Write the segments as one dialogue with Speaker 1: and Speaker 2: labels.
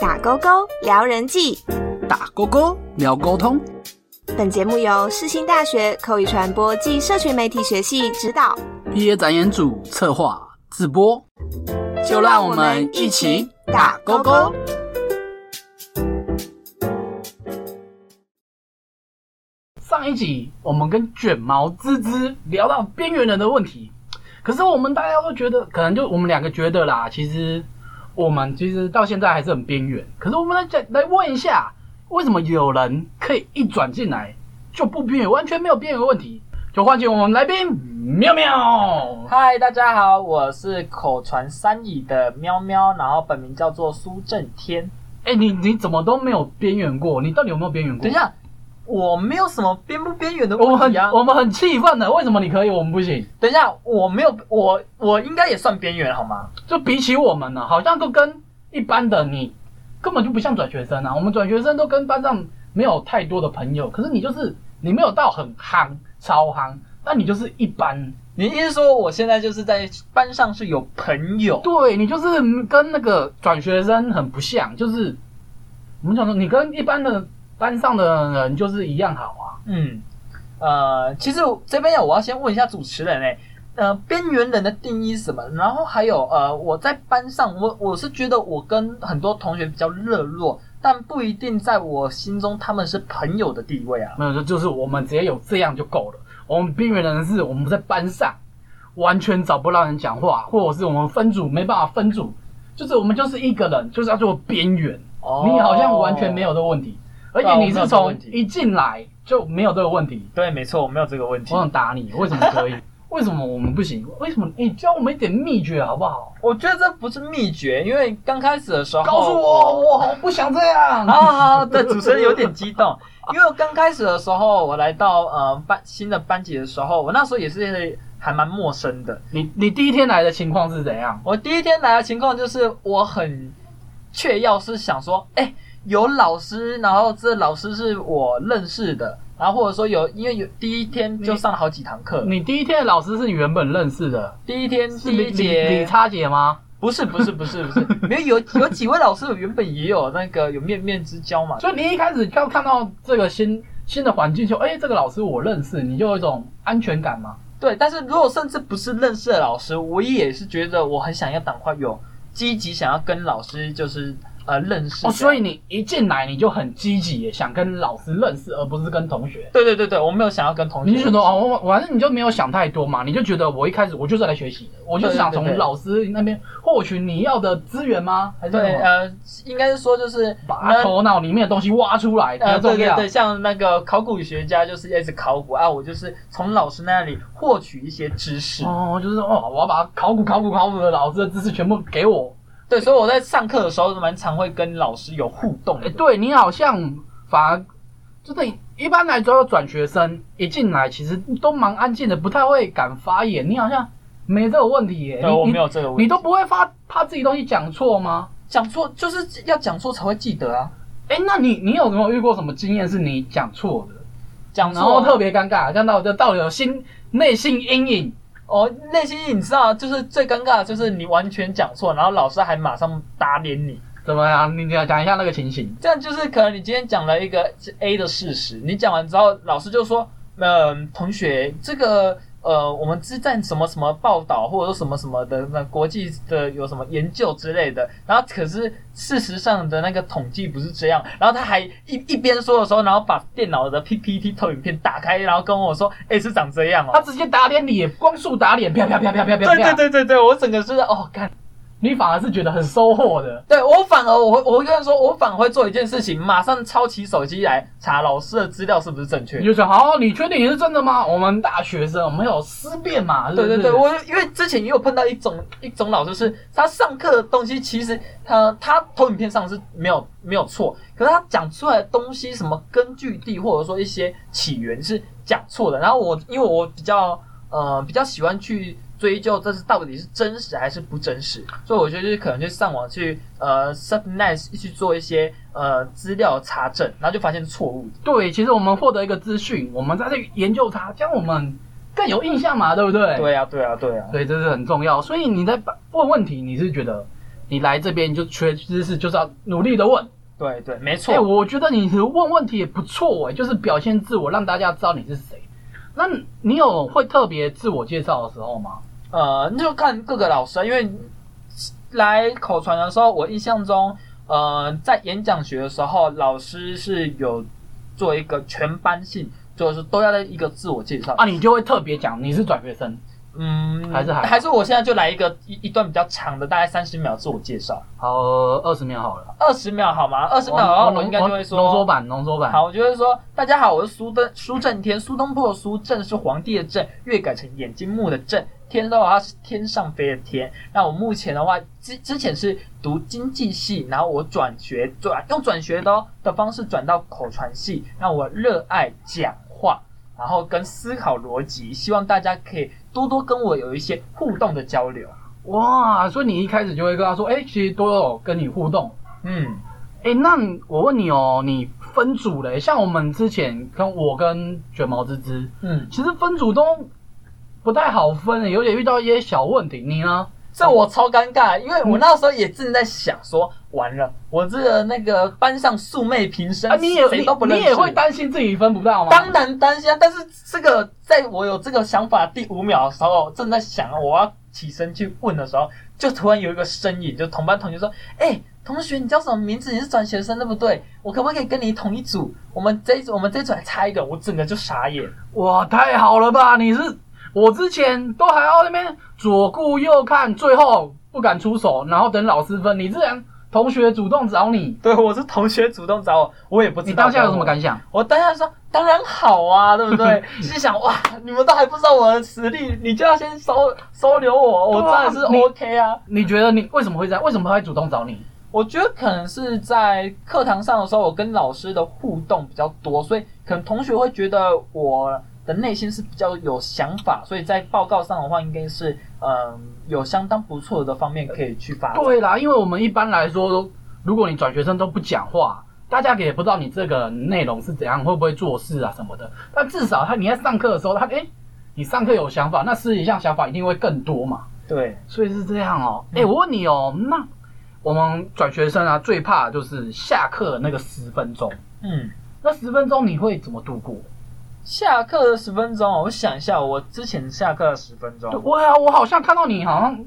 Speaker 1: 打勾勾聊人际。
Speaker 2: 打勾勾聊沟通，
Speaker 1: 本节目由世新大学口语传播暨社群媒体学系指导，
Speaker 2: 毕业展演组策划自播，就让我们一起打勾勾。上一集我们跟卷毛滋滋聊到边缘人的问题，可是我们大家都觉得，可能就我们两个觉得啦，其实我们其实到现在还是很边缘。可是我们来讲来问一下，为什么有人可以一转进来就不边缘，完全没有边缘问题？就唤醒我们来宾妙妙。
Speaker 3: 嗨，大家好，我是口传三乙的喵喵，然后本名叫做苏震天。
Speaker 2: 哎、你你怎么都没有边缘过？你到底有没有边缘过？
Speaker 3: 等一，下，我没有什么边不边缘的
Speaker 2: 我们
Speaker 3: 问
Speaker 2: 很
Speaker 3: 题啊。
Speaker 2: 我们很气愤的，为什么你可以，我们不行？
Speaker 3: 等一下，我没有，我我应该也算边缘好吗？
Speaker 2: 就比起我们呢、啊好像都跟一般的你根本就不像转学生啊。我们转学生都跟班上没有太多的朋友，可是你就是你没有到很夯超夯，但你就是一般。
Speaker 3: 你意思说我现在就是在班上是有朋友？
Speaker 2: 对你就是跟那个转学生很不像，就是我们讲说你跟一般的班上的人就是一样好啊。
Speaker 3: 嗯，呃，其实我这边要我要先问一下主持人哎、呃，边缘人的定义是什么？然后还有呃，我在班上，我我是觉得我跟很多同学比较热络，但不一定在我心中他们是朋友的地位啊。
Speaker 2: 没有，就就是我们直接有这样就够了。我们边缘人是我们在班上完全找不到人讲话，或者是我们分组没办法分组，就是我们就是一个人，就是要做边缘。
Speaker 3: 哦
Speaker 2: 你好像完全没有这个问题，而且你是
Speaker 3: 对我
Speaker 2: 从
Speaker 3: 没有这个问题
Speaker 2: 一进来就没有这个问 题。
Speaker 3: 对，没错，我没有这个问题
Speaker 2: 我。想打你，为什么可以？为什么我们不行？为什么？你教我们一点秘诀好不好？
Speaker 3: 我觉得这不是秘诀，因为刚开始的时候，
Speaker 2: 告诉我，我好不想这样。
Speaker 3: 啊，对，主持人有点激动， 因为我刚开始的时候，我来到呃班新的班级的时候，我那时候也是还蛮陌生的。
Speaker 2: 你你第一天来的情况是怎样？
Speaker 3: 我第一天来的情况就是我很确要是想说，哎、有老师，然后这老师是我认识的，然后或者说有，因为有第一天就上了好几堂课，
Speaker 2: 你第一天的老师是你原本认识的，
Speaker 3: 第一天
Speaker 2: 是李
Speaker 3: 第一
Speaker 2: 李李
Speaker 3: 节
Speaker 2: 叉姐吗？
Speaker 3: 不是不是不是不是，没有有有几位老师我原本也有那个有面面之交嘛，
Speaker 2: 所以你一开始刚看到这个新新的环境就，哎，这个老师我认识，你就有一种安全感嘛。
Speaker 3: 对，但是如果甚至不是认识的老师，我也是觉得我很想要赶快有积极想要跟老师就是呃认识这
Speaker 2: 哦，
Speaker 3: 样，
Speaker 2: 所以你一进来你就很积极耶，想跟老师认识，而不是跟同学。
Speaker 3: 对对对对，我没有想要跟同学，
Speaker 2: 你就觉得哦，我我反正你就没有想太多嘛，你就觉得我一开始我就是来学习的，我就是想
Speaker 3: 对
Speaker 2: 从
Speaker 3: 对对
Speaker 2: 老师那边获取你要的资源吗？还是
Speaker 3: 对
Speaker 2: 什么？
Speaker 3: 呃，应该是说就是
Speaker 2: 把头脑里面的东西挖出来比较
Speaker 3: 呃，对
Speaker 2: 重
Speaker 3: 对
Speaker 2: 要。
Speaker 3: 对，像那个考古学家就是一直考古啊，我就是从老师那里获取一些知识。
Speaker 2: 哦，就是哦，我要把考古、考古、考古的老师的知识全部给我，
Speaker 3: 对，所以我在上课的时候蛮常会跟老师有互动
Speaker 2: 哎、
Speaker 3: 的。
Speaker 2: 对你好像反而就是一般来说转学生一进来其实都蛮安静的，不太会敢发言。你好像没这个问题耶，
Speaker 3: 对，
Speaker 2: 你
Speaker 3: 我
Speaker 2: 你
Speaker 3: 没有这个问题。
Speaker 2: 你都不会发怕自己东西讲错吗？
Speaker 3: 讲错，就是要讲错才会记得啊。
Speaker 2: 哎、那你你有没有遇过什么经验是你讲错的，
Speaker 3: 讲
Speaker 2: 然后
Speaker 3: 错
Speaker 2: 特别尴尬，这样到底到底有心内心阴影？
Speaker 3: 哦，内心你知道，就是最尴尬的就是你完全讲错，然后老师还马上打脸你。
Speaker 2: 怎么样？你你要讲一下那个情形。
Speaker 3: 这样就是可能你今天讲了一个 A 的事实，你讲完之后，老师就说，嗯、同学，这个呃，我们是在什么什么报道，或者说什么什么的那国际的有什么研究之类的，然后可是事实上的那个统计不是这样，然后他还一一边说的时候，然后把电脑的 PPT 投影片打开，然后跟我说，哎、是长这样
Speaker 2: 他
Speaker 3: 哦。
Speaker 2: 直接打脸你，光速打脸，啪啪啪啪啪啪啪。
Speaker 3: 对对，对对对，我整个是哦，干。
Speaker 2: 你反而是觉得很收获的。
Speaker 3: 对我反而我会我会跟他说，我反而会做一件事情，马上抄起手机来查老师的资料是不是正确
Speaker 2: 你。就想，好，你确定你是真的吗？我们大学生，我们有思辨嘛？是不
Speaker 3: 对
Speaker 2: 是
Speaker 3: 对对，我因为之前也有碰到一种一种老师是，他上课的东西其实他他投影片上是没有没有错，可是他讲出来的东西什么根据地或者说一些起源是讲错的。然后我因为我比较呃比较喜欢去追究这是到底是真实还是不真实，所以我觉得就是可能就上网去呃 subnet 去做一些呃资料查证，然后就发现是错误的。
Speaker 2: 对，其实我们获得一个资讯，我们再去研究它，这样我们更有印象嘛，对不对？
Speaker 3: 对啊对啊对啊，
Speaker 2: 对，这是很重要。所以你在把问问题，你是觉得你来这边你就缺知识，就是要努力的问。
Speaker 3: 对对，没错
Speaker 2: 哎、，我觉得你问问题也不错哎、就是表现自我，让大家知道你是谁。那你有会特别自我介绍的时候吗？
Speaker 3: 呃，那就看各个老师啊，因为来口传的时候，我印象中，呃，在演讲学的时候，老师是有做一个全班性，就是都要的一个自我介绍。
Speaker 2: 啊，你就会特别讲你是转学生
Speaker 3: 嗯，
Speaker 2: 还是还好
Speaker 3: 还是我现在就来一个一一段比较长的，大概三十秒自我介绍，
Speaker 2: 好，二十秒好了。哦
Speaker 3: 二十秒好吗？二十秒的话，我应该就会
Speaker 2: 浓缩
Speaker 3: 说。
Speaker 2: 版，浓缩版。
Speaker 3: 好，我就会说，大家好，我是苏登苏震天，苏东坡的苏震是皇帝的震，月改成眼睛目的震，天的话是天上飞的天。那我目前的话，之之前是读经济系，然后我转学转用转学的、哦、的方式转到口传系，那我热爱讲话，然后跟思考逻辑，希望大家可以多多跟我有一些互动的交流。
Speaker 2: 哇，所以你一开始就会跟他说，哎、其实都有跟你互动。
Speaker 3: 嗯，
Speaker 2: 哎、那你我问你哦，你分组嘞？像我们之前跟我跟卷毛芝芝，
Speaker 3: 嗯，
Speaker 2: 其实分组都不太好分，有点遇到一些小问题。你呢？
Speaker 3: 这我超尴尬，因为
Speaker 2: 嗯
Speaker 3: 我那时候也正在想说，完了，我这个那个班上素昧平生，
Speaker 2: 啊，你也
Speaker 3: 谁都不
Speaker 2: 你
Speaker 3: 认
Speaker 2: 你
Speaker 3: 识，
Speaker 2: 也会担心自己分不到吗？
Speaker 3: 当然担心啊。但是这个在我有这个想法第五秒的时候，正在想我要起身去问的时候，就突然有一个身影，就同班同学说：“哎、同学，你叫什么名字？你是转学生对不对？我可不可以跟你同一组？我们这一组，我们这一组还差一个。”我整个就傻眼。
Speaker 2: 哇，太好了吧！你是我之前都还要那边左顾右看，最后不敢出手，然后等老师分，你自然同学主动找你，
Speaker 3: 对，我是同学主动找我，我也不知道
Speaker 2: 你当下有什么
Speaker 3: 觉。
Speaker 2: 感想？
Speaker 3: 我当下说当然好啊，对 不对？心想哇，你们都还不知道我的实力，你就要先收收留我，我
Speaker 2: 对啊
Speaker 3: 当然是 OK 啊。
Speaker 2: 你觉得你为什么会这样？为什么他会主动找你？
Speaker 3: 我觉得可能是在课堂上的时候，我跟老师的互动比较多，所以可能同学会觉得我的内心是比较有想法，所以在报告上的话，应该是嗯、有相当不错的方面可以去发展。
Speaker 2: 对啦，因为我们一般来说都，如果你转学生都不讲话，大家也不知道你这个内容是怎样，会不会做事啊什么的。但至少他你在上课的时候，他哎、你上课有想法，那私底下想法一定会更多嘛。
Speaker 3: 对，
Speaker 2: 所以是这样哦。哎、
Speaker 3: 嗯
Speaker 2: 我问你哦，那我们转学生啊，最怕的就是下课那个十分钟。
Speaker 3: 嗯。
Speaker 2: 那十分钟你会怎么度过？
Speaker 3: 下课的十分钟，我想一下，我之前下课的十分钟，
Speaker 2: 我呀，我好像看到你好像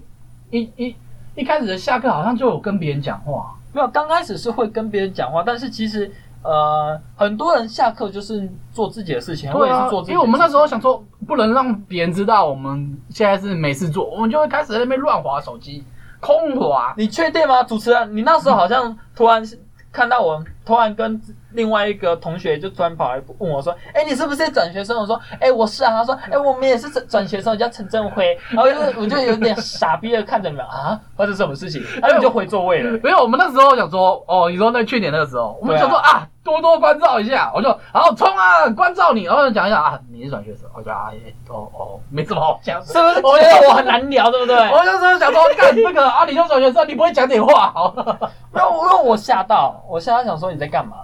Speaker 2: 一一一开始的下课好像就有跟别人讲话。
Speaker 3: 没有，刚开始是会跟别人讲话，但是其实呃，很多人下课就是做自己的事情，我
Speaker 2: 对
Speaker 3: 也
Speaker 2: 啊
Speaker 3: 是做自，己的事情。
Speaker 2: 因为我们那时候想说，不能让别人知道我们现在是没事做，我们就会开始在那边乱划手机，空划。
Speaker 3: 你确定吗？主持人，你那时候好像突然是看到我，突然跟另外一个同学就突然跑来问我说：“哎、你是不是转学生？”我说：“哎、我是啊。”他说：“哎、我们也是转转学生，我叫陈振辉。”然后就是我就有点傻逼的看着你们啊，发生什么事情？
Speaker 2: 哎
Speaker 3: 然后你就回座位了。
Speaker 2: 没有，我们那时候想说，哦，你说那去年那个时候，我们
Speaker 3: 对啊
Speaker 2: 想说啊多多关照一下，我就好冲啊，关照你，然后讲一讲啊，你是转学生，我就啊，也哦哦，没什么好讲。
Speaker 3: 是不是觉得我很难聊，对不对？
Speaker 2: 我就是想说，干这个啊，你就转学生，你不会讲点话 好了。
Speaker 3: 然后让我吓到，我吓到想说你在干嘛？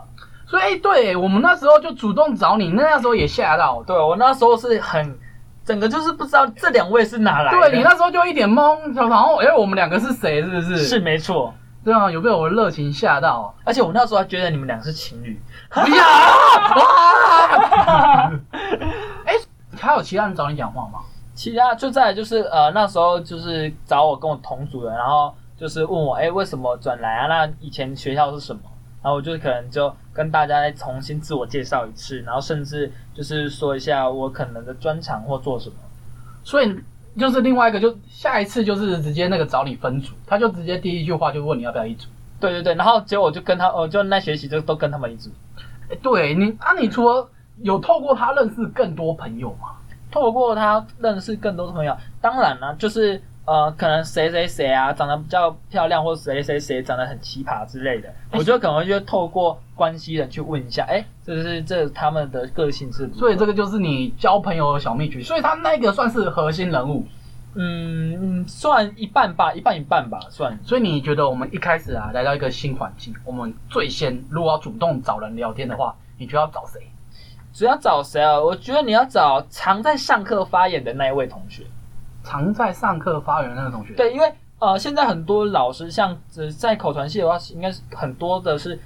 Speaker 2: 所以，哎对我们那时候就主动找你，那时候也吓到，
Speaker 3: 对我那时候是很，整个就是不知道这两位是哪来的。
Speaker 2: 对你那时候就一脸懵，然后哎，我们两个是谁？是不是？
Speaker 3: 是没错，
Speaker 2: 对啊，有被我的热情吓到？
Speaker 3: 而且我那时候还觉得你们俩是情侣。
Speaker 2: 不要啊！哎，还有其他人找你讲话吗？
Speaker 3: 其他就再来就是呃那时候就是找我跟我同组的，然后就是问我哎、诶为什么转来啊？那以前学校是什么？然后我就可能就跟大家再重新自我介绍一次，然后甚至就是说一下我可能的专长或做什么。
Speaker 2: 所以就是另外一个，就下一次就是直接那个找你分组，他就直接第一句话就问你要不要一组。
Speaker 3: 对对对，然后结果我就跟他，我就那学期就都跟他们一组。
Speaker 2: 哎，对你啊，你除了有透过他认识更多朋友吗？
Speaker 3: 透过他认识更多的朋友。当然啦、就是呃，可能谁谁谁啊长得比较漂亮，或者谁谁谁长得很奇葩之类的，我就可能就透过关系人去问一下，哎、这是这他们的个性是如何
Speaker 2: 所以这个就是你交朋友的小秘诀。所以他那个算是核心人物。
Speaker 3: 嗯嗯算一半吧，一半一半吧，算。
Speaker 2: 所以你觉得我们一开始啊，来到一个新环境，我们最先如果要主动找人聊天的话，你就要找谁？
Speaker 3: 主要找谁啊？我觉得你要找常在上课发言的那一位同学。
Speaker 2: 常在上课发言的那个同学。，
Speaker 3: 对，因为呃，现在很多老师像呃在口传系的话，应该是很多的是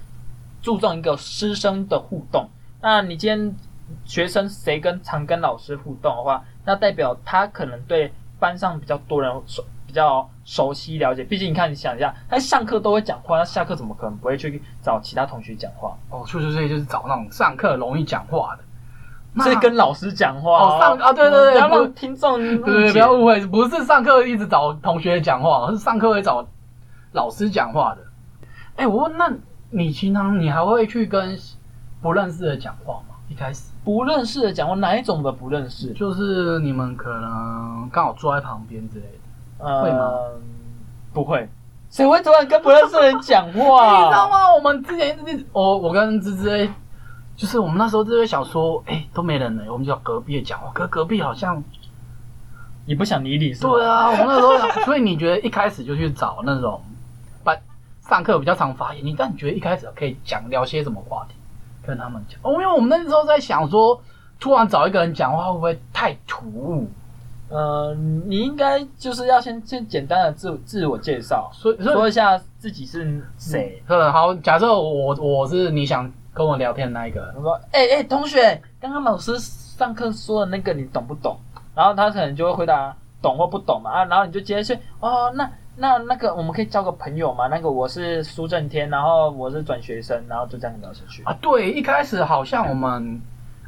Speaker 3: 注重一个师生的互动。那你今天学生谁跟常跟老师互动的话，那代表他可能对班上比较多人熟比较熟悉了解。毕竟你看，你想一下，他上课都会讲话，那下课怎么可能不会去找其他同学讲话？
Speaker 2: 哦，确实这就是找那种上课容易讲话的，那
Speaker 3: 所以跟老师讲话
Speaker 2: 哦上啊对对对
Speaker 3: 不要
Speaker 2: 不
Speaker 3: 让听众误
Speaker 2: 对对，
Speaker 3: 解
Speaker 2: 不要误会，不是上课一直找同学讲话，而是上课会找老师讲话的。哎，我问，那你平常你还会去跟不认识的讲话吗？一开始
Speaker 3: 不认识的讲话，哪一种的不认识？
Speaker 2: 就是你们可能刚好坐在旁边之类的，会吗
Speaker 3: 呃，不会，谁会突然跟不认识的人 讲
Speaker 2: 你知道
Speaker 3: 话？
Speaker 2: 吗？我们之前一直我我跟芝芝，哎就是我们那时候就会想说，哎，都没人了，我们就叫隔壁的讲话，可隔壁好像
Speaker 3: 你不想理你是吗？
Speaker 2: 对啊，我们那时候，所以你觉得一开始就去找那种班上课比较常发言，你但你觉得一开始可以讲聊些什么话题跟他们讲？哦，因为我们那时候在想说，突然找一个人讲话会不会太突兀？
Speaker 3: 呃，你应该就是要先先简单的自自我介绍，
Speaker 2: 所以所
Speaker 3: 说
Speaker 2: 以
Speaker 3: 一下自己是谁。
Speaker 2: 嗯，好，假设我我是你想跟我聊天的那一个人，
Speaker 3: 我说，哎、哎、同学，刚刚老师上课说的那个你懂不懂？然后他可能就会回答懂或不懂嘛啊，然后你就接着去哦，那那那个我们可以交个朋友嘛？那个我是苏震天，然后我是转学生，然后就这样聊下去。
Speaker 2: 啊，对，一开始好像我们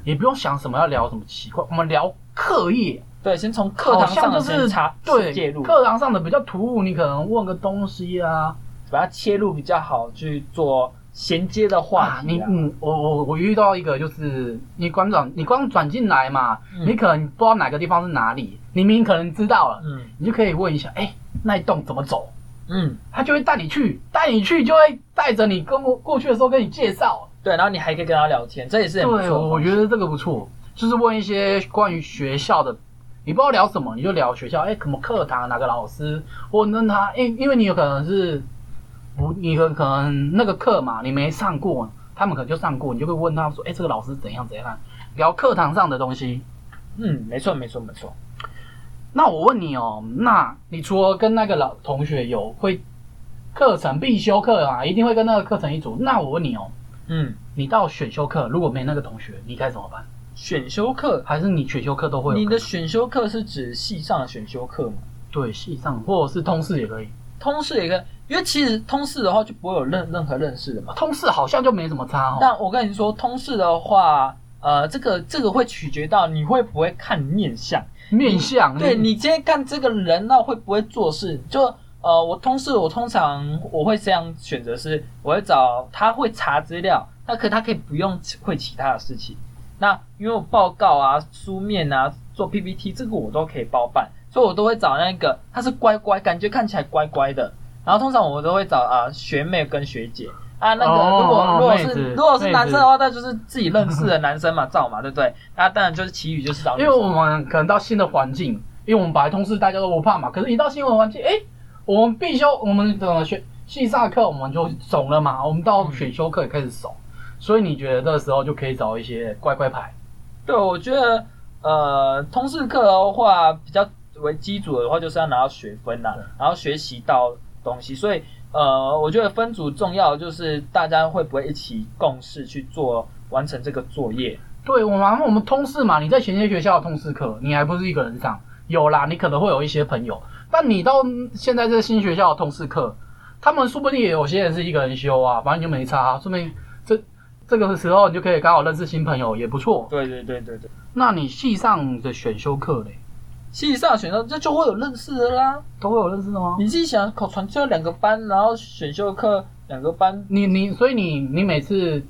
Speaker 2: 也不用想什么要聊什么奇怪，我们聊课业，
Speaker 3: 对，先从课堂上
Speaker 2: 好
Speaker 3: 的
Speaker 2: 像就是
Speaker 3: 先查
Speaker 2: 对
Speaker 3: 介入，
Speaker 2: 课堂上的比较突兀，你可能问个东西啊，
Speaker 3: 把它切入比较好去做衔接的话
Speaker 2: 啊、你
Speaker 3: 题啊。
Speaker 2: 嗯，我我我遇到一个就是你光转你光转进来嘛，
Speaker 3: 嗯
Speaker 2: 你可能不知道哪个地方是哪里，你明明可能知道了，
Speaker 3: 嗯
Speaker 2: 你就可以问一下，哎、那一栋怎么走？
Speaker 3: 嗯，
Speaker 2: 他就会带你去，带你去就会带着你跟我过去的时候跟你介绍。
Speaker 3: 对，然后你还可以跟他聊天，这也是
Speaker 2: 对，
Speaker 3: 很不错的
Speaker 2: 我
Speaker 3: 方式。
Speaker 2: 我觉得这个不错，就是问一些关于学校的，你不知道聊什么，你就聊学校，哎、什么课堂哪个老师，或那他，因因为你有可能是不，你可可能那个课嘛，你没上过，他们可能就上过，你就会问他说，哎、这个老师怎样怎样，聊课堂上的东西。
Speaker 3: 嗯，没错没错没错。
Speaker 2: 那我问你哦，那你除了跟那个老同学有会课程必修课啊，一定会跟那个课程一组，那我问你哦，
Speaker 3: 嗯，
Speaker 2: 你到选修课如果没那个同学，你该怎么办？
Speaker 3: 选修课，
Speaker 2: 还是你选修课都会有
Speaker 3: 你的选修课是指系上的选修课吗？
Speaker 2: 对，系上或者是通识也可以。
Speaker 3: 通识也可以，因为其实通识的话就不会有任任何认识的嘛。
Speaker 2: 通识好像就没什么差哦。
Speaker 3: 但我跟你说，通识的话，呃，这个这个会取决到你会不会看面相。
Speaker 2: 面向
Speaker 3: 对你今天看这个人，那会不会做事？就呃，我通事，我通常我会这样选择是，我会找他会查资料，那可他可以不用会其他的事情。那因为我报告啊、书面啊、做 PPT 这个我都可以包办，所以我都会找那个他是乖乖，感觉看起来乖乖的。然后通常我都会找啊、学妹跟学姐啊，那个
Speaker 2: 哦
Speaker 3: 如果、
Speaker 2: 哦
Speaker 3: 如果
Speaker 2: 妹子
Speaker 3: 是如果是男
Speaker 2: 妹子
Speaker 3: 生的话，那就是自己认识的男生嘛，照嘛，对不对？那当然就是其余就是找女
Speaker 2: 因
Speaker 3: 生
Speaker 2: 为我们可能到新的环境，因为我们本来通识大家都不怕嘛，可是一到新的环境，哎、我们必修，我们的学系上课我们就怂了嘛，我们到选修课也开始怂，所以你觉得这时候就可以找一些乖乖牌，
Speaker 3: 对，我觉得呃，通识课的话比较为基础的话，就是要拿到学分啦、然后学习到东西。所以呃，我觉得分组重要的就是大家会不会一起共事去做完成这个作业。
Speaker 2: 对，我们我们通识嘛，你在衔接学校的通识课，你还不是一个人上？有啦，你可能会有一些朋友，但你到现在这新学校的通识课，他们说不定也有些人是一个人修啊，反正你就没差、啊，说明这这个时候你就可以刚好认识新朋友，也不错。
Speaker 3: 对对对对对，
Speaker 2: 那你系上的选修课嘞，
Speaker 3: 系上选修这就会有认识的啦。
Speaker 2: 都会有认识的吗？
Speaker 3: 你自己想，口传就两个班，然后选修课两个班，
Speaker 2: 你你所以你你每次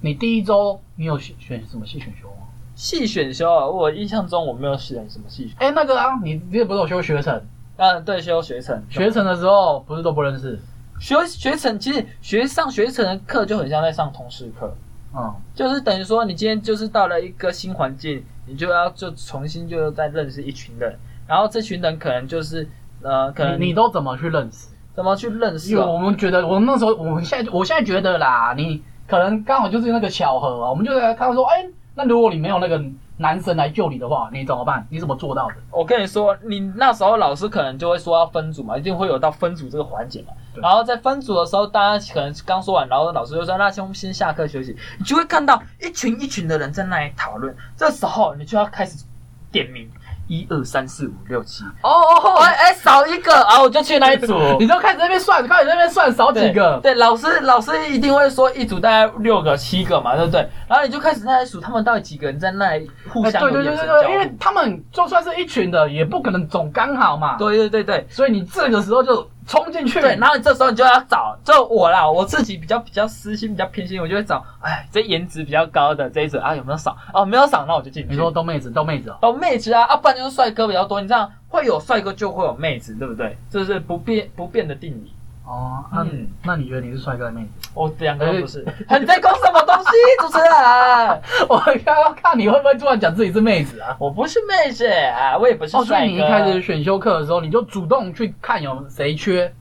Speaker 2: 你第一周你有选选什么系选修吗？
Speaker 3: 系选修啊，我印象中我没有选什么系，
Speaker 2: 哎，那个啊，你之前不是有修学程？
Speaker 3: 嗯，对，修学程，
Speaker 2: 学程的时候不是都不认识？
Speaker 3: 学学程其实学上学程的课就很像在上通识课，
Speaker 2: 嗯，
Speaker 3: 就是等于说你今天就是到了一个新环境，你就要就重新就再认识一群人，然后这群人可能就是呃，可能
Speaker 2: 你你都怎么去认识？
Speaker 3: 怎么去认识
Speaker 2: 因为
Speaker 3: 哦、
Speaker 2: 我们觉得，我们那时候，我们现在，我现在觉得啦，你可能刚好就是那个巧合啊。我们就在看说，哎、那如果你没有那个男神来救你的话，你怎么办？你怎么做到的？
Speaker 3: 我跟你说，你那时候老师可能就会说要分组嘛，一定会有到分组这个环节嘛。
Speaker 2: 对
Speaker 3: 然后在分组的时候，大家可能刚说完，然后老师就说：“那先先下课休息。”你就会看到一群一群的人在那里讨论。这时候你就要开始点名，一二三四五六七。哦哦哦，哎哎，少一个啊，我就去 那一 组。
Speaker 2: 你就开始在那边算，开始在那边算 少几个，
Speaker 3: 对，对老师老师一定会说一组大概六个七个嘛，对不对？然后你就开始在那里数他们到底几个人在那里互
Speaker 2: 哎
Speaker 3: 相
Speaker 2: 对
Speaker 3: 有
Speaker 2: 对对
Speaker 3: 眼神
Speaker 2: 对
Speaker 3: 交
Speaker 2: 对，因为
Speaker 3: 互。
Speaker 2: 他们就算是一群的，也不可能总刚好嘛。，
Speaker 3: 对对对对，
Speaker 2: 所以你这个时候就冲进去，
Speaker 3: 对，然后你这时候你就要找，就我啦，我自己比较比较私心，比较偏心，我就会找，哎，这颜值比较高的这一组啊，有没有少？哦，没有少，那我就进去。
Speaker 2: 你说都妹子，都妹子哦，
Speaker 3: 懂妹子啊，啊，不然就是帅哥比较多，你这样会有帅哥就会有妹子，对不对？这是不变不变的定理。
Speaker 2: 哦，那、
Speaker 3: 嗯
Speaker 2: 那你觉得你是帅哥还是妹子？
Speaker 3: 我两个都不是，你在讲什么东西，主持人？
Speaker 2: 我刚刚看你会不会突然讲自己是妹子啊？
Speaker 3: 我不是妹子啊，我也不是
Speaker 2: 哦，所
Speaker 3: 帅
Speaker 2: 以
Speaker 3: 哥。
Speaker 2: 你一开始选修课的时候，你就主动去看有谁缺，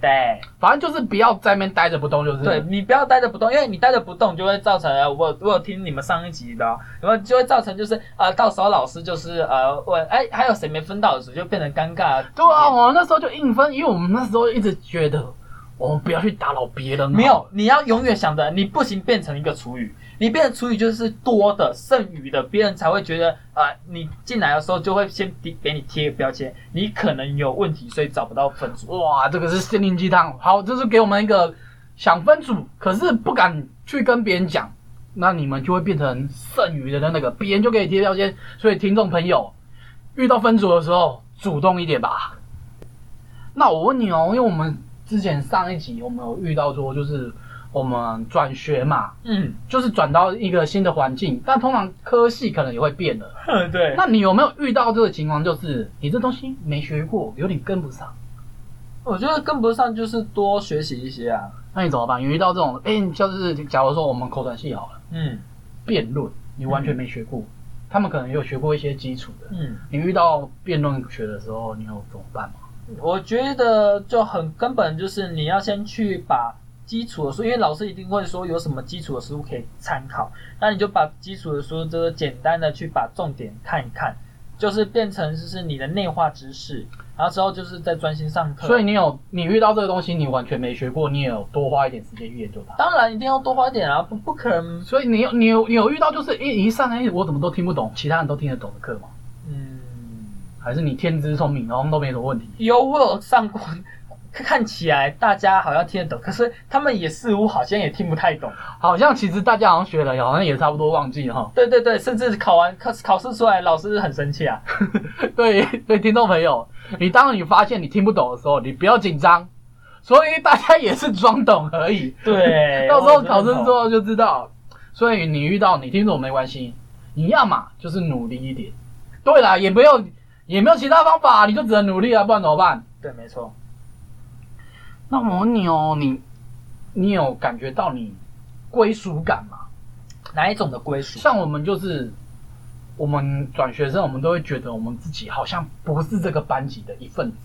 Speaker 3: 对
Speaker 2: 反正就是不要在那边待着不动，就是
Speaker 3: 对，你不要待着不动，因为你待着不动就会造成呃我我有听你们上一集的、哦，然后就会造成就是呃，到时候老师就是呃问哎还有谁没分到的时候就变成尴尬。
Speaker 2: 对啊，，我们那时候就硬分，因为我们那时候一直觉得我们不要去打扰别人，啊
Speaker 3: 没有，你要永远想着你不行变成一个厨余，你变成厨余就是多的剩余的，别人才会觉得呃你进来的时候就会先给给你贴一个标签，你可能有问题，所以找不到分组。
Speaker 2: 哇，这个是心灵鸡汤。好，这是给我们一个想分组，可是不敢去跟别人讲，那你们就会变成剩余的那个，别人就可以贴标签。所以听众朋友，遇到分组的时候，主动一点吧。那我问你哦，因为我们之前上一集我们有遇到说，就是我们转学嘛，
Speaker 3: 嗯，
Speaker 2: 就是转到一个新的环境，但通常科系可能也会变的。
Speaker 3: 对。
Speaker 2: 那你有没有遇到这个情况，就是你这东西没学过，有点跟不上？
Speaker 3: 我觉得跟不上就是多学习一些啊。
Speaker 2: 那你怎么办？你遇到这种，哎、你就是假如说我们口传系好了，
Speaker 3: 嗯
Speaker 2: 辩论你完全没学过，他们可能也有学过一些基础的。
Speaker 3: 嗯。
Speaker 2: 你遇到辩论学的时候，你有怎么办吗？
Speaker 3: 我觉得就很根本，就是你要先去把基础的书，因为老师一定会说有什么基础的书可以参考，那你就把基础的书就是简单的去把重点看一看，就是变成就是你的内化知识，然后之后就是在专心上课。
Speaker 2: 所以你有你遇到这个东西，你完全没学过，你也有多花一点时间去研究它。
Speaker 3: 当然一定要多花一点啊，不不可能，
Speaker 2: 所以你有你有你有遇到就是，哎、你一上来我怎么都听不懂，其他人都听得懂的课吗？
Speaker 3: 嗯，
Speaker 2: 还是你天资聪明，然后都没什么问题？
Speaker 3: 有我有上过。看起来大家好像听得懂，可是他们也似乎好像也听不太懂。
Speaker 2: 好像其实大家好像学了，好像也差不多忘记了哈。
Speaker 3: 对对对，甚至考完考考试出来，老师很生气啊。
Speaker 2: 对对，听众朋友，你当你发现你听不懂的时候，你不要紧张，所以大家也是装懂而已。
Speaker 3: 对，
Speaker 2: 到时
Speaker 3: 我
Speaker 2: 候
Speaker 3: 也是
Speaker 2: 考试
Speaker 3: 认同
Speaker 2: 之后就知道。所以你遇到你听懂没关系，你要嘛就是努力一点。对啦，也没有也没有其他方法，你就只能努力啊，不然怎么办？
Speaker 3: 对，没错。
Speaker 2: 那我问你哦，你你有感觉到你归属感吗？
Speaker 3: 哪一种的归属？
Speaker 2: 像我们就是我们转学生，我们都会觉得我们自己好像不是这个班级的一份子。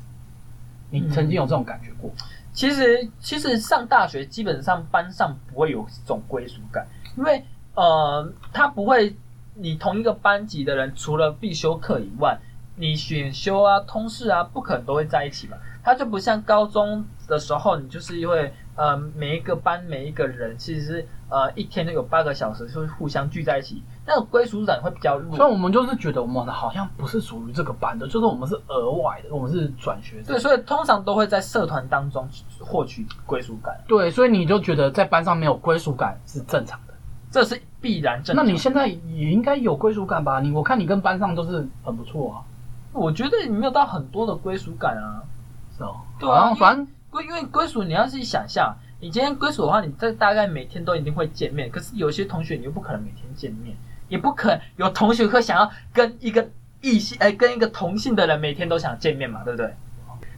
Speaker 2: 你
Speaker 3: 嗯
Speaker 2: 曾经有这种感觉过？
Speaker 3: 其实，其实上大学基本上班上不会有这种归属感，因为呃，他不会，你同一个班级的人，除了必修课以外，你选修啊、通识啊，不可能都会在一起嘛。他就不像高中的时候，你就是因为呃，每一个班每一个人其实是呃一天都有八个小时，就是互相聚在一起，那种归属感会比较弱
Speaker 2: 所以。我们就是觉得我们好像不是属于这个班的，就是我们是额外的，我们是转学生
Speaker 3: 对，。所以通常都会在社团当中获取归属感。
Speaker 2: 对，所以你就觉得在班上没有归属感是正常的。
Speaker 3: 这是必然正
Speaker 2: 那
Speaker 3: 常。
Speaker 2: 你现在也应该有归属感吧？你我看你跟班上都是很不错啊，
Speaker 3: 我觉得你没有到很多的归属感啊，
Speaker 2: 是哦。
Speaker 3: 对啊
Speaker 2: 好像反正
Speaker 3: 归因为归属你要自己想象，你今天归属的话，你这大概每天都一定会见面，可是有些同学你又不可能每天见面，也不可能有同学会想要跟一个异性哎、跟一个同性的人每天都想见面嘛，对不对？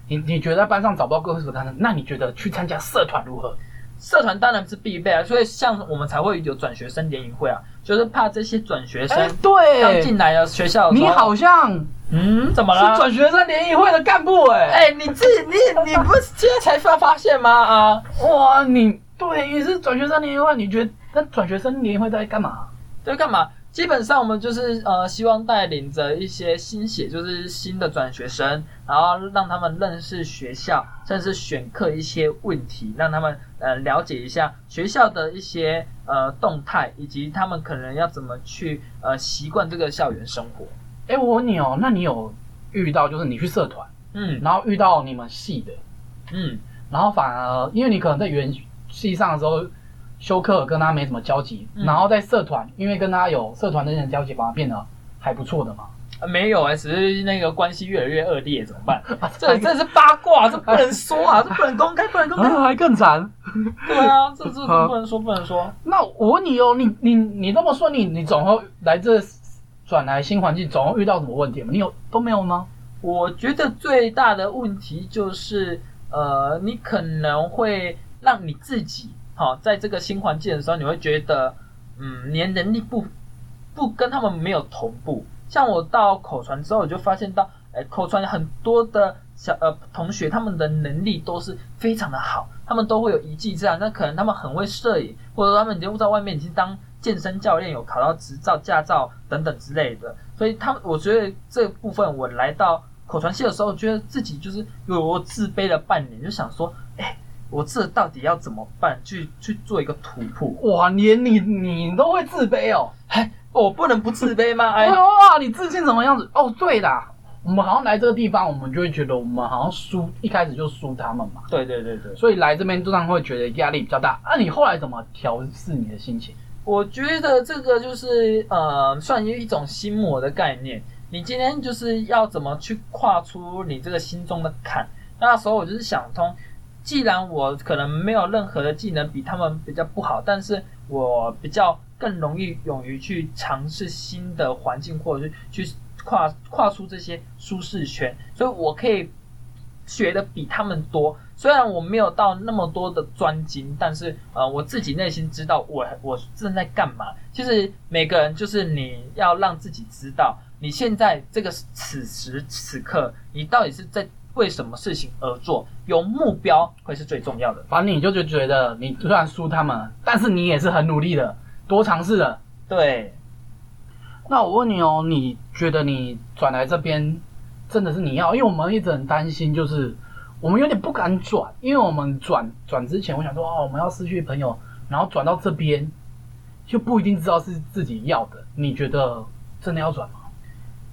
Speaker 2: 你你觉得在班上找不到归属感，那你觉得去参加社团如何？
Speaker 3: 社团当然是必备啊，所以像我们才会有转学生联谊会啊，就是怕这些转学生
Speaker 2: 哎，
Speaker 3: 刚
Speaker 2: 对
Speaker 3: 进，来的学校的时
Speaker 2: 你
Speaker 3: 候，
Speaker 2: 好像
Speaker 3: 嗯，怎么
Speaker 2: 是
Speaker 3: 了？
Speaker 2: 转学生联谊会的干部哎、
Speaker 3: 哎、你自己你你不是现在才发发现吗？啊？
Speaker 2: 哇，你对，你是转学生联谊会，你觉得那转学生联谊会在干嘛？
Speaker 3: 在干嘛？基本上我们就是呃，希望带领着一些新血，就是新的转学生，然后让他们认识学校，甚至选课一些问题，让他们呃了解一下学校的一些呃动态，以及他们可能要怎么去呃习惯这个校园生活。
Speaker 2: 哎、我问你哦，那你有遇到就是你去社团，
Speaker 3: 嗯
Speaker 2: 然后遇到你们系的，
Speaker 3: 嗯，
Speaker 2: 然后反而因为你可能在原系上的时候修课跟他没什么交集，
Speaker 3: 嗯
Speaker 2: 然后在社团，因为跟他有社团之间的交集，反而变得 还不错的嘛。
Speaker 3: 呃没有哎、只是那个关系越来越恶劣，怎么办？
Speaker 2: 啊
Speaker 3: 这这是八卦，这不能说啊，这不能公开，不能公开。
Speaker 2: 啊还更惨。
Speaker 3: 对啊，这这这不能说，不能说。
Speaker 2: 那我问你哦，你你你这么说，你你总会来这转来新环境，总会遇到什么问题吗？你有都没有吗？
Speaker 3: 我觉得最大的问题就是，呃，你可能会让你自己，好、在这个新环境的时候，你会觉得，嗯，你的能力不不跟他们没有同步。像我到口传之后，我就发现到，哎，口传很多的小呃同学，他们的能力都是非常的好，他们都会有一技之长。那可能他们很会摄影，或者说他们已经在外面已经当健身教练，有考到执照、驾照等等之类的。所以他们，我觉得这部分我来到口传系的时候，觉得自己就是有我自卑了半年，就想说，哎，我这到底要怎么办去去做一个突破？
Speaker 2: 哇，连你你都会自卑哦。
Speaker 3: 哎，我不能不自卑吗？哎，
Speaker 2: 哇，你自信什么样子？哦，对啦，我们好像来这个地方，我们就会觉得我们好像输，一开始就输他们嘛，
Speaker 3: 对对对对。
Speaker 2: 所以来这边路上会觉得压力比较大。那、啊你后来怎么调试你的心情？
Speaker 3: 我觉得这个就是呃，算一种心魔的概念。你今天就是要怎么去跨出你这个心中的坎？那时候我就是想通，既然我可能没有任何的技能比他们比较不好，但是我比较更容易勇于去尝试新的环境，或者是去跨跨出这些舒适圈，所以我可以学的比他们多。虽然我没有到那么多的专精，但是呃，我自己内心知道我我正在干嘛。其实每个人就是你要让自己知道，你现在这个此时此刻，你到底是在为什么事情而做，有目标会是最重要的。
Speaker 2: 反正你就就觉得你虽然输他们，但是你也是很努力的，多尝试的。
Speaker 3: 对，
Speaker 2: 那我问你哦，你觉得你转来这边真的是你要？因为我们一直很担心，就是我们有点不敢转，因为我们转转之前，我想说哦，我们要失去朋友，然后转到这边就不一定知道是自己要的。你觉得真的要转吗？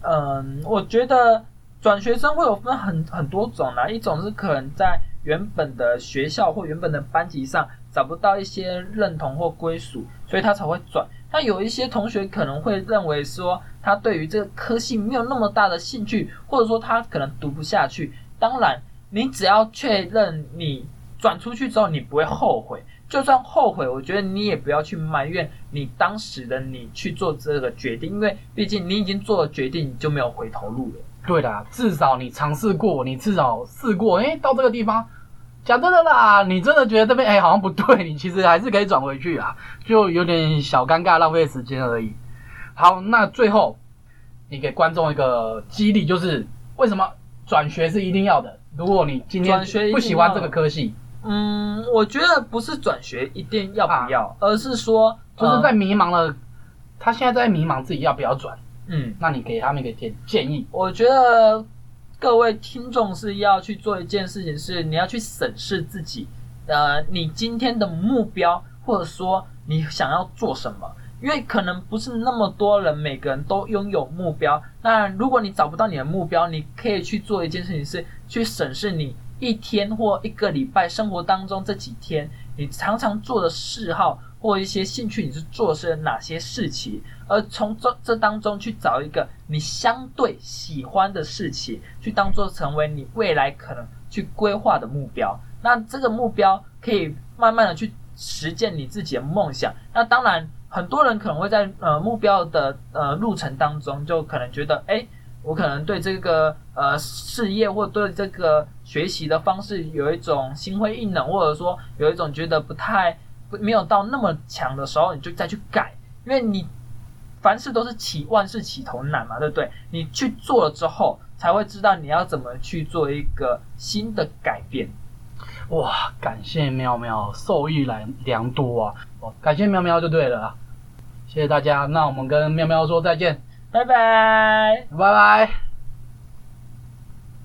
Speaker 3: 嗯，我觉得转学生会有分很很多种啊啦，一种是可能在原本的学校或原本的班级上找不到一些认同或归属，所以他才会转。那有一些同学可能会认为说，他对于这个科系没有那么大的兴趣，或者说他可能读不下去。当然，你只要确认你转出去之后，你不会后悔。就算后悔，我觉得你也不要去埋怨你当时的你去做这个决定，因为毕竟你已经做了决定，你就没有回头路了。
Speaker 2: 对啦，至少你尝试过，你至少试过，诶，到这个地方。讲真的啦，你真的觉得这边诶好像不对，你其实还是可以转回去啊，就有点小尴尬，浪费时间而已。好，那最后你给观众一个激励，就是为什么转学是一定要的？如果你今天
Speaker 3: 转学一定
Speaker 2: 不喜欢这个科系，
Speaker 3: 嗯，我觉得不是转学一定要不要，而是说
Speaker 2: 就是在
Speaker 3: 啊呃
Speaker 2: 迷茫了，他现在在迷茫自己要不要转，
Speaker 3: 嗯，
Speaker 2: 那你给他们一个建建议。
Speaker 3: 我觉得各位听众是要去做一件事情，是你要去审视自己，呃，你今天的目标，或者说你想要做什么。因为可能不是那么多人，每个人都拥有目标。那如果你找不到你的目标，你可以去做一件事情，是去审视你一天或一个礼拜生活当中这几天你常常做的嗜好或一些兴趣，你是做的是哪些事情，而从这这当中去找一个你相对喜欢的事情，去当做成为你未来可能去规划的目标。那这个目标可以慢慢的去实践你自己的梦想。那当然，很多人可能会在呃目标的呃路程当中，就可能觉得，哎，我可能对这个呃事业或对这个学习的方式有一种心灰意冷，或者说有一种觉得不太不没有到那么强的时候，你就再去改，因为你凡事都是起万事起头难嘛，对不对？你去做了之后，才会知道你要怎么去做一个新的改变。
Speaker 2: 哇，感谢喵喵，受益良良多啊！哦，感谢喵喵就对了啊。谢谢大家，那我们跟喵喵说再见，
Speaker 3: 拜拜。
Speaker 2: 拜拜。